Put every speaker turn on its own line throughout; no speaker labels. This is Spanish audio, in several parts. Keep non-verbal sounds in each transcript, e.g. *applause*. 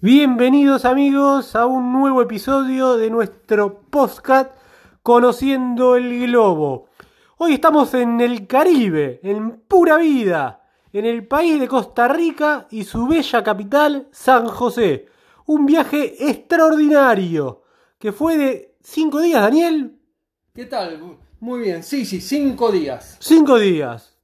Bienvenidos amigos a un nuevo episodio de nuestro podcast Conociendo el Globo. Hoy estamos en el Caribe, en pura vida, en el país de Costa Rica y su bella capital, San José. Un viaje extraordinario que fue de 5 días, Daniel.
¿Qué tal? Muy bien, sí, sí, cinco días.
5 días.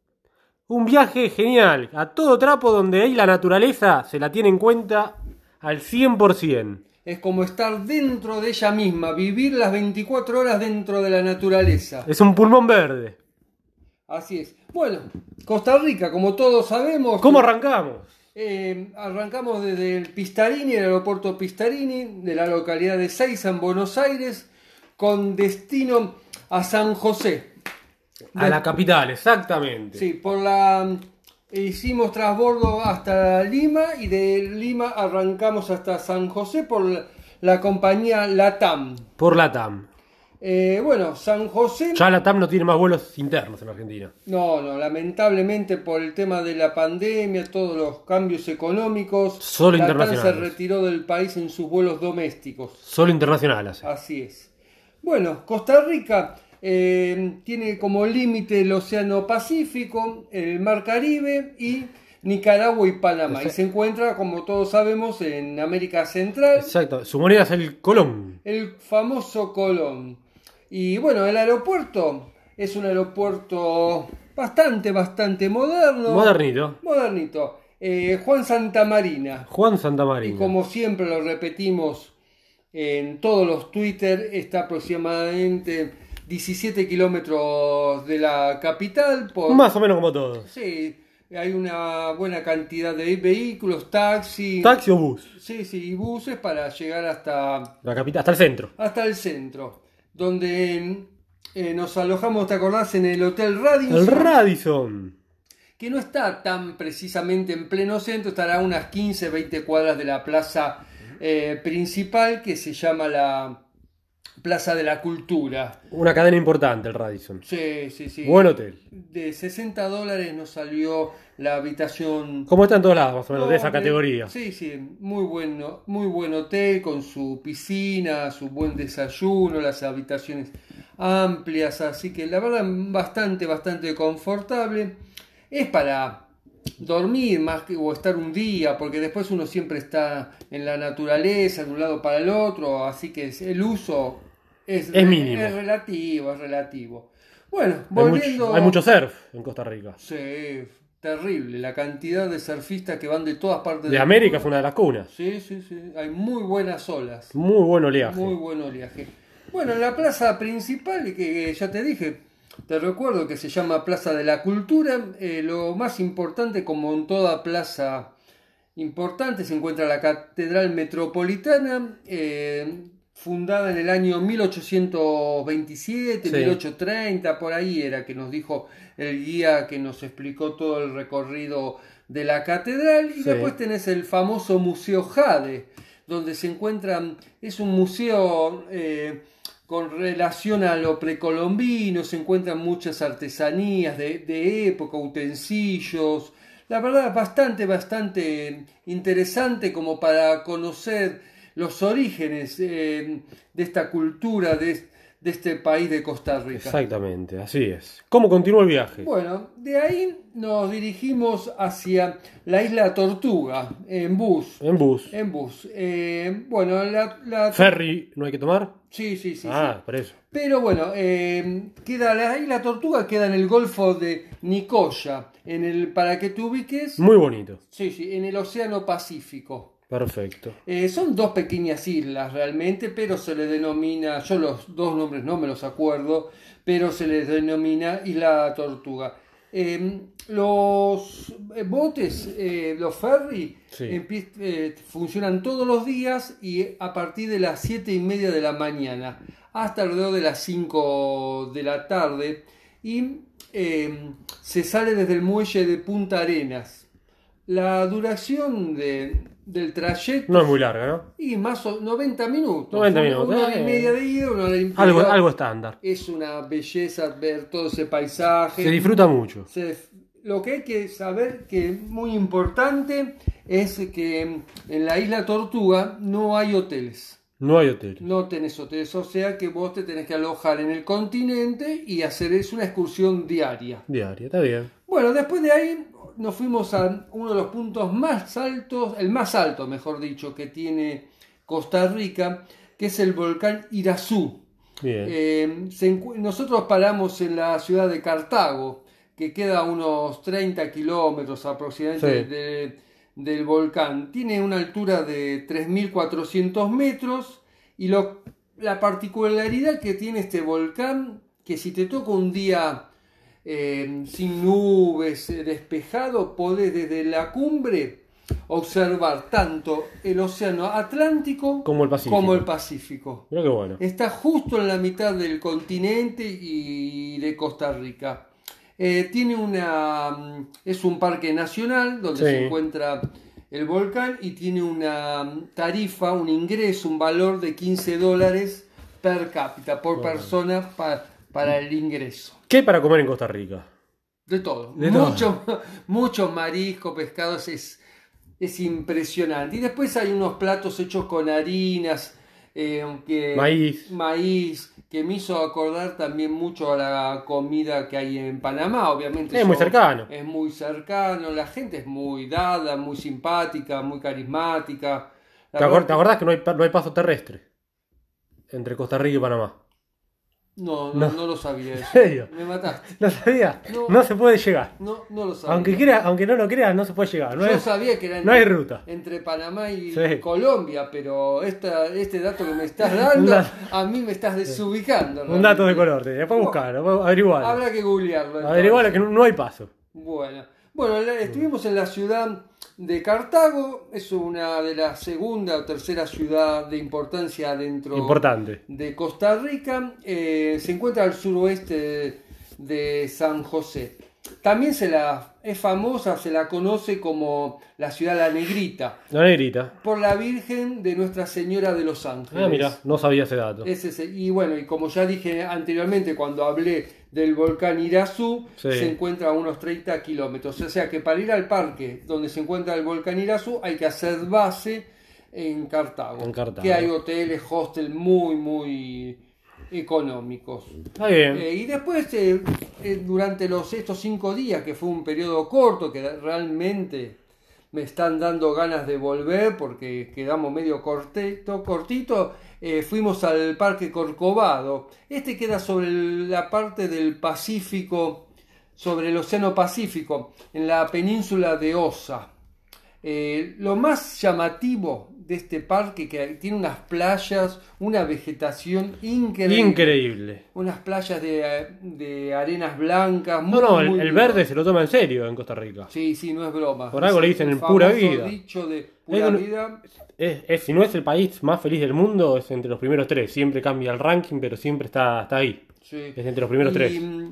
Un viaje genial, a todo trapo donde hay la naturaleza se la tiene en cuenta al 100%.
Es como estar dentro de ella misma, vivir las 24 horas dentro de la naturaleza.
Es un pulmón verde.
Así es. Bueno, Costa Rica, como todos sabemos,
¿Cómo arrancamos?
eh, arrancamos desde el Pistarini, el aeropuerto Pistarini, de la localidad de Seiza, en Buenos Aires, con destino a San José.
A la capital, exactamente.
Sí, por la hicimos transbordo hasta Lima y de Lima arrancamos hasta San José por la, la compañía Latam.
Por la TAM.
Eh, bueno, San José.
Ya la TAM no tiene más vuelos internos en Argentina.
No, no, lamentablemente por el tema de la pandemia, todos los cambios económicos,
Solo
Latam se
internacionales.
retiró del país en sus vuelos domésticos.
Solo internacionales.
Así es. Bueno, Costa Rica eh, tiene como límite el Océano Pacífico, el Mar Caribe y Nicaragua y Panamá. Y se encuentra, como todos sabemos, en América Central,
Exacto. Su moneda es el Colón.
el famoso Colón. Y bueno, el aeropuerto es un aeropuerto bastante, bastante moderno.
Modernito.
Modernito. Eh, Juan Santamarina.
Juan Santamarina.
Y como siempre lo repetimos en todos los Twitter, está aproximadamente 17 kilómetros de la capital. Por,
Más o menos como todos.
Sí, hay una buena cantidad de vehículos, taxi,
Taxi o bus.
sí, sí, y buses para llegar hasta,
La capital, hasta el centro.
hasta el centro, donde eh, nos alojamos, ¿te acordás? En el Hotel Radisson.
El Radisson.
que no está tan precisamente en pleno centro, estará a unas 15, 20 cuadras de la plaza eh, principal que se llama la Plaza de la Cultura.
Una cadena importante, el Radisson.
Sí, sí, sí.
Buen hotel.
De 60 dólares nos salió la habitación.
Como está en todos lados, más o menos, de esa
doble.
categoría.
Sí, sí, muy bueno, muy buen hotel con su piscina, su buen desayuno, las habitaciones amplias, así que la verdad bastante, bastante confortable. Es para dormir más que o estar un día, porque después uno siempre está en la naturaleza, de un lado para el otro, así que es- el uso es,
Es mínimo.
es relativo, es relativo. Bueno,
Hay mucho-
volviendo
hay mucho surf en Costa Rica.
Sí, terrible. La cantidad de surfistas que van de todas partes
De
del
América
mundo.
fue una de las cunas.
Sí, sí, sí. Hay muy buenas olas.
Muy buen oleaje.
Muy buen oleaje. Bueno, en la plaza principal, que, que ya te dije, te recuerdo que se llama Plaza de la Cultura, eh, lo más importante, como en toda plaza importante, se encuentra la Catedral Metropolitana, eh, fundada en el año 1827,
Sí.
1830, por ahí era que nos dijo el guía que nos explicó todo el recorrido de la catedral. Y
Sí.
después tenés el famoso Museo Jade, donde se encuentran, es un museo eh, con relación a lo precolombino, se encuentran muchas artesanías de, de época, utensilios. La verdad, bastante, bastante interesante como para conocer los orígenes eh, de esta cultura, de, de este país de Costa Rica.
Exactamente, así es. ¿Cómo continúa el viaje?
Bueno, de ahí nos dirigimos hacia la isla Tortuga, en bus.
En bus.
En bus. Eh, bueno, la... la-
Ferry, ¿no hay que tomar?
Sí, sí, sí.
ah,
sí.
por eso.
Pero bueno, eh, queda la isla Tortuga queda en el Golfo de Nicoya, en el para que te ubiques,
Muy bonito.
sí, sí, en el Océano Pacífico.
Perfecto.
Eh, son dos pequeñas islas realmente, pero se les denomina, yo los dos nombres no me los acuerdo, pero se les denomina Isla Tortuga. Eh, los eh, botes, eh, los ferry,
Sí.
empie- eh, funcionan todos los días y a partir de las 7 y media de la mañana hasta alrededor de las 5 de la tarde y eh, se sale desde el muelle de Punta Arenas. La duración de- del trayecto
No es muy larga, ¿no?
y más o 90 minutos.
90
Una-
minutos,
Una hora y
eh.
media de ida, una hora y media.
Algo, algo estándar.
Es una belleza ver todo ese paisaje.
Se disfruta mucho.
Se f- lo que hay que saber que es muy importante es que en la isla Tortuga no hay hoteles.
No hay hotel.
No tenés hoteles, o sea que vos te tenés que alojar en el continente y hacer es una excursión diaria.
Diaria, está bien.
Bueno, después de ahí nos fuimos a uno de los puntos más altos, el más alto, mejor dicho, que tiene Costa Rica, que es el volcán Irazú.
Bien.
Eh, se encu- nosotros paramos en la ciudad de Cartago, que queda a unos 30 kilómetros aproximadamente
Sí.
de- del volcán. Tiene una altura de 3.400 metros y lo- la particularidad que tiene este volcán, que si te toca un día eh, sin nubes, eh, despejado, podés desde la cumbre observar tanto el océano Atlántico
Como el Pacífico.
como el Pacífico.
Mira qué bueno.
Está justo en la mitad del continente y de Costa Rica. Eh, tiene una mm, es un parque nacional donde
Sí.
se encuentra el volcán y tiene una mm, tarifa, un ingreso, un valor de 15 dólares per cápita, por persona pa- para el ingreso.
¿Qué hay para comer en Costa Rica?
De todo.
De todo.
mucho, *laughs* mucho marisco, pescados, es, es impresionante. Y después hay unos platos hechos con harinas, eh, que,
Maíz.
maíz, que me hizo acordar también mucho a la comida que hay en Panamá, obviamente.
Es muy
son-
cercano.
Es muy cercano, la gente es muy dada, muy simpática, muy carismática. La
¿Te, acor-
verdad
te acordás que no hay, pa- no hay paso terrestre? Entre Costa Rica y Panamá.
No, no,
No.
no lo
*laughs*
sabía eso.
serio?
Me mataste.
No sabía.
*laughs* No.
No, se puede llegar.
No, no lo sabía.
Aunque, quiera, aunque no lo creas, no se puede llegar. No
Yo
es-
sabía que era
no hay ruta.
entre Panamá y
Sí.
Colombia, pero esta, este dato que me
*laughs*
estás dando,
dato.
a mí me estás desubicando.
un dato de
realmente.
color. te- Después buscarlo, averiguarlo.
Habrá que googlearlo. entonces.
Averiguarlo que no, no hay paso.
Bueno, bueno, la- estuvimos en la ciudad de Cartago, es una de las segunda o tercera ciudad de importancia dentro
Importante.
de Costa Rica, eh, se encuentra al suroeste de, de San José. También se la es famosa, se la conoce como la ciudad La Negrita
La negrita.
por la Virgen de Nuestra Señora de los Ángeles.
Ah, mira, no sabía ese dato.
Ese es el- y bueno, y como ya dije anteriormente cuando hablé del volcán Irazú,
Sí.
se encuentra a unos 30 kilómetros. O sea que para ir al parque donde se encuentra el volcán Irazú hay que hacer base en Cartago.
En Cartago.
Que hay hoteles, hostels muy, muy económicos.
Está bien.
Eh, y después, eh, eh, durante los, estos cinco días, que fue un periodo corto, que realmente me están dando ganas de volver porque quedamos medio cortito, cortito eh, fuimos al Parque Corcovado. Este queda sobre el- la parte del Pacífico, sobre el Océano Pacífico, en la península de Osa. Eh, lo más llamativo de este parque, que tiene unas playas, una vegetación increíble
Increíble.
unas playas de, eh, de arenas blancas.
No, no, el,
muy
el
bien.
verde se lo toma en serio en Costa Rica.
Sí, sí, no es broma.
Por algo le dicen
el
en pura
famoso
vida.
dicho de pura
un-
vida.
Es, es- si no es el país más feliz del mundo, es entre los primeros tres. Siempre cambia el ranking, pero siempre está, está ahí.
Sí.
Es entre los primeros
Y,
tres.
mm,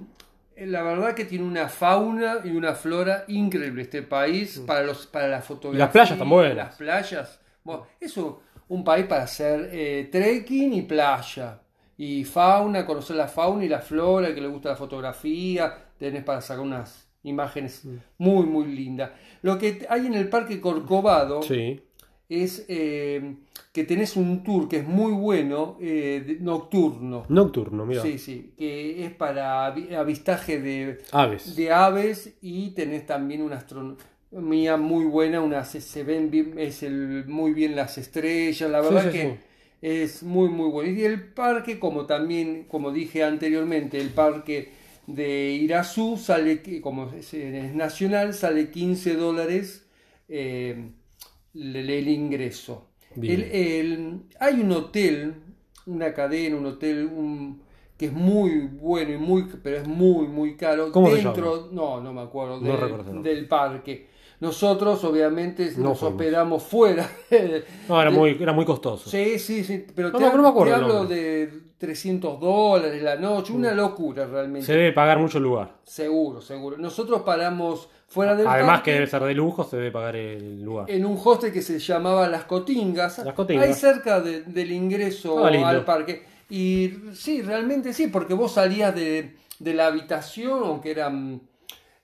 La verdad que tiene una fauna y una flora increíble este país para los para la fotografía.
las playas están buenas.
Las playas. Bueno, es un, un país para hacer eh, trekking y playa. Y fauna, conocer la fauna y la flora, el que le gusta la fotografía, tenés para sacar unas imágenes muy, muy lindas. Lo que hay en el Parque Corcovado,
Sí.
es eh, que tenés un tour que es muy bueno, eh, de- nocturno.
Nocturno, mira.
Sí, sí, que es para avi- avistaje de,
Aves.
de aves y tenés también una astronomía muy buena, una, se, se ven bien, es el- muy bien las estrellas, la
Sí,
verdad
sí,
que
sí.
es muy muy bueno. Y el parque, como también, como dije anteriormente, el parque de Irazú sale, que- como es, es nacional, sale 15 dólares eh, el, el ingreso.
Bien.
El- el- hay un hotel, una cadena, un hotel un- que es muy bueno y muy, pero es muy muy caro.
¿Cómo se
dentro, no, no me acuerdo
No
de-
recuerdo el nombre.
del parque. Nosotros obviamente
No
nos
fuimos.
hospedamos fuera. de-
No, era
de-
muy, era muy costoso.
Sí, sí, sí, pero
No
te,
me- no me acuerdo
te
el
hablo
nombre.
de 300 dólares la noche, una locura realmente.
Se debe pagar mucho el lugar.
Seguro, seguro. Nosotros paramos fuera del
Además que
parque Eh.
debe ser de lujo, se debe pagar el lugar.
en un hostel que se llamaba Las Cotingas,
Las Cotingas.
ahí cerca de- del ingreso
Estaba lindo.
al parque. Y sí, realmente sí, porque vos salías de, de la habitación, aunque eran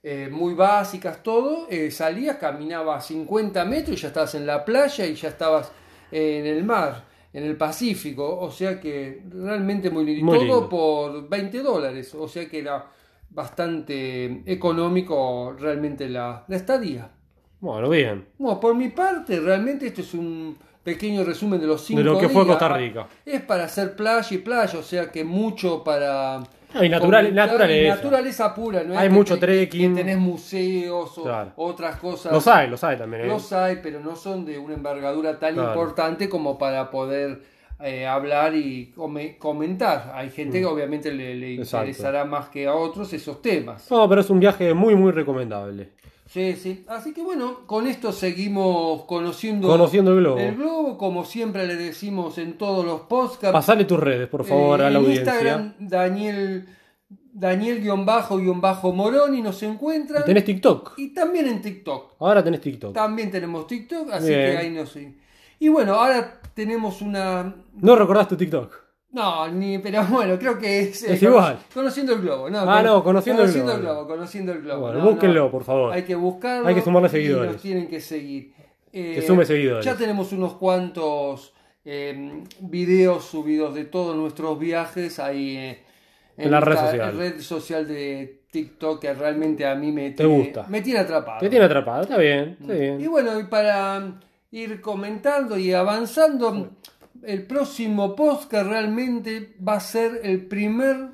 eh, muy básicas, todo, eh, salías, caminabas 50 metros y ya estabas en la playa y ya estabas eh, en el mar, en el Pacífico, o sea que realmente muy lindo. Y
Muy
todo
lindo.
por 20 dólares, o sea que era bastante económico realmente la, la estadía.
Bueno, bien.
Bueno, por mi parte, realmente esto es un pequeño resumen de los cinco
De lo que fue
días.
Costa Rica.
Es para hacer playa y playa, o sea que mucho para.
Ah, y natural-
conectar,
naturaleza.
naturaleza pura, ¿no? es
Hay
que
mucho
te- que
trekking.
Tenés museos o
Claro.
otras cosas.
Los hay, los hay también. ¿eh?
Los hay, pero no son de una envergadura tan
Claro.
importante como para poder eh, hablar y come- comentar. Hay gente que obviamente le, le
Mm. Exacto.
interesará más que a otros esos temas.
No, pero es un viaje muy, muy recomendable.
Sí, sí. Así que bueno, con esto seguimos conociendo,
Conociendo el globo.
el globo, como siempre le decimos en todos los podcasts.
Pasale tus redes, por favor,
Eh,
a la
en
audiencia.
Instagram, Daniel, Daniel guión bajo, guión bajo Moroni nos encuentran.
Y Tenés TikTok.
Y también en TikTok.
Ahora tenés TikTok.
También tenemos TikTok, así
Bien.
que ahí nos... Y bueno, ahora tenemos una...
No recordás tu TikTok.
No, ni, pero *laughs* bueno, creo que es... eh,
Es igual.
Conociendo el globo, ¿no?
Ah, no, Conociendo el
el
Globo.
globo. Conociendo el globo.
Bueno,
no, no.
búsquenlo, por favor.
Hay que buscarlo.
Hay que sumarle
y
seguidores.
nos tienen que seguir. Eh,
Que sume seguidores.
Ya tenemos unos cuantos eh, videos subidos de todos nuestros viajes ahí eh,
En la red
esta
social.
red social de TikTok que realmente a mí me
Te
tiene,
gusta.
me tiene atrapado.
Te tiene atrapado, está bien, está bien.
Y bueno, y para mm, ir comentando y avanzando, el próximo podcast realmente va a ser el primer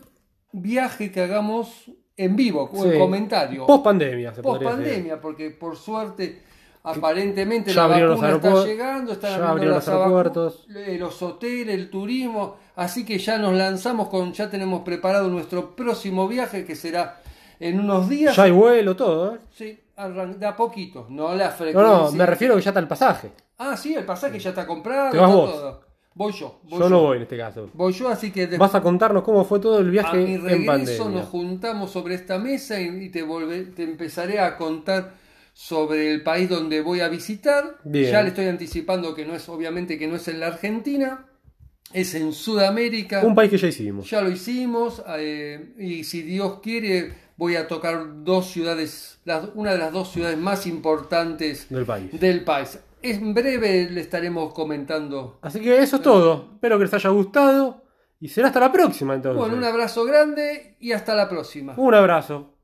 viaje que hagamos en vivo, o en
Sí.
comentario.
Post pandemia, se
Post
podría decir.
pandemia, porque por suerte aparentemente
Ya
la
abrieron los
vacuna está
aeropuertos,
llegando, están
ya
abriendo
abrieron
las
los
vacu-
aeropuertos.
eh, los hoteles, el turismo, así que ya nos lanzamos con, ya tenemos preparado nuestro próximo viaje que será en unos días.
Ya hay vuelo, todo. ¿eh?
Sí, arran- de a poquito, no la
No,
frecuencia.
no, me refiero que ya está el pasaje.
Ah, sí, el pasaje ya está comprado.
Te vas
está
vos.
todo. Voy yo. Voy
Yo no voy en este caso.
Voy yo, así que después
Vas a contarnos cómo fue todo el
a
viaje
mi
en
regreso
pandemia.
nos juntamos sobre esta mesa y, y te, volve- te empezaré a contar sobre el país donde voy a visitar.
Bien.
Ya le estoy anticipando que no es, obviamente, que no es en la Argentina, es en Sudamérica.
Un país que ya hicimos.
Ya lo hicimos eh, y si Dios quiere voy a tocar dos ciudades, las- una de las dos ciudades más importantes
Del país.
del país. En breve le estaremos comentando.
Así que eso es todo. Espero que les haya gustado. Y será hasta la próxima entonces.
Bueno, un abrazo grande y hasta la próxima.
Un abrazo.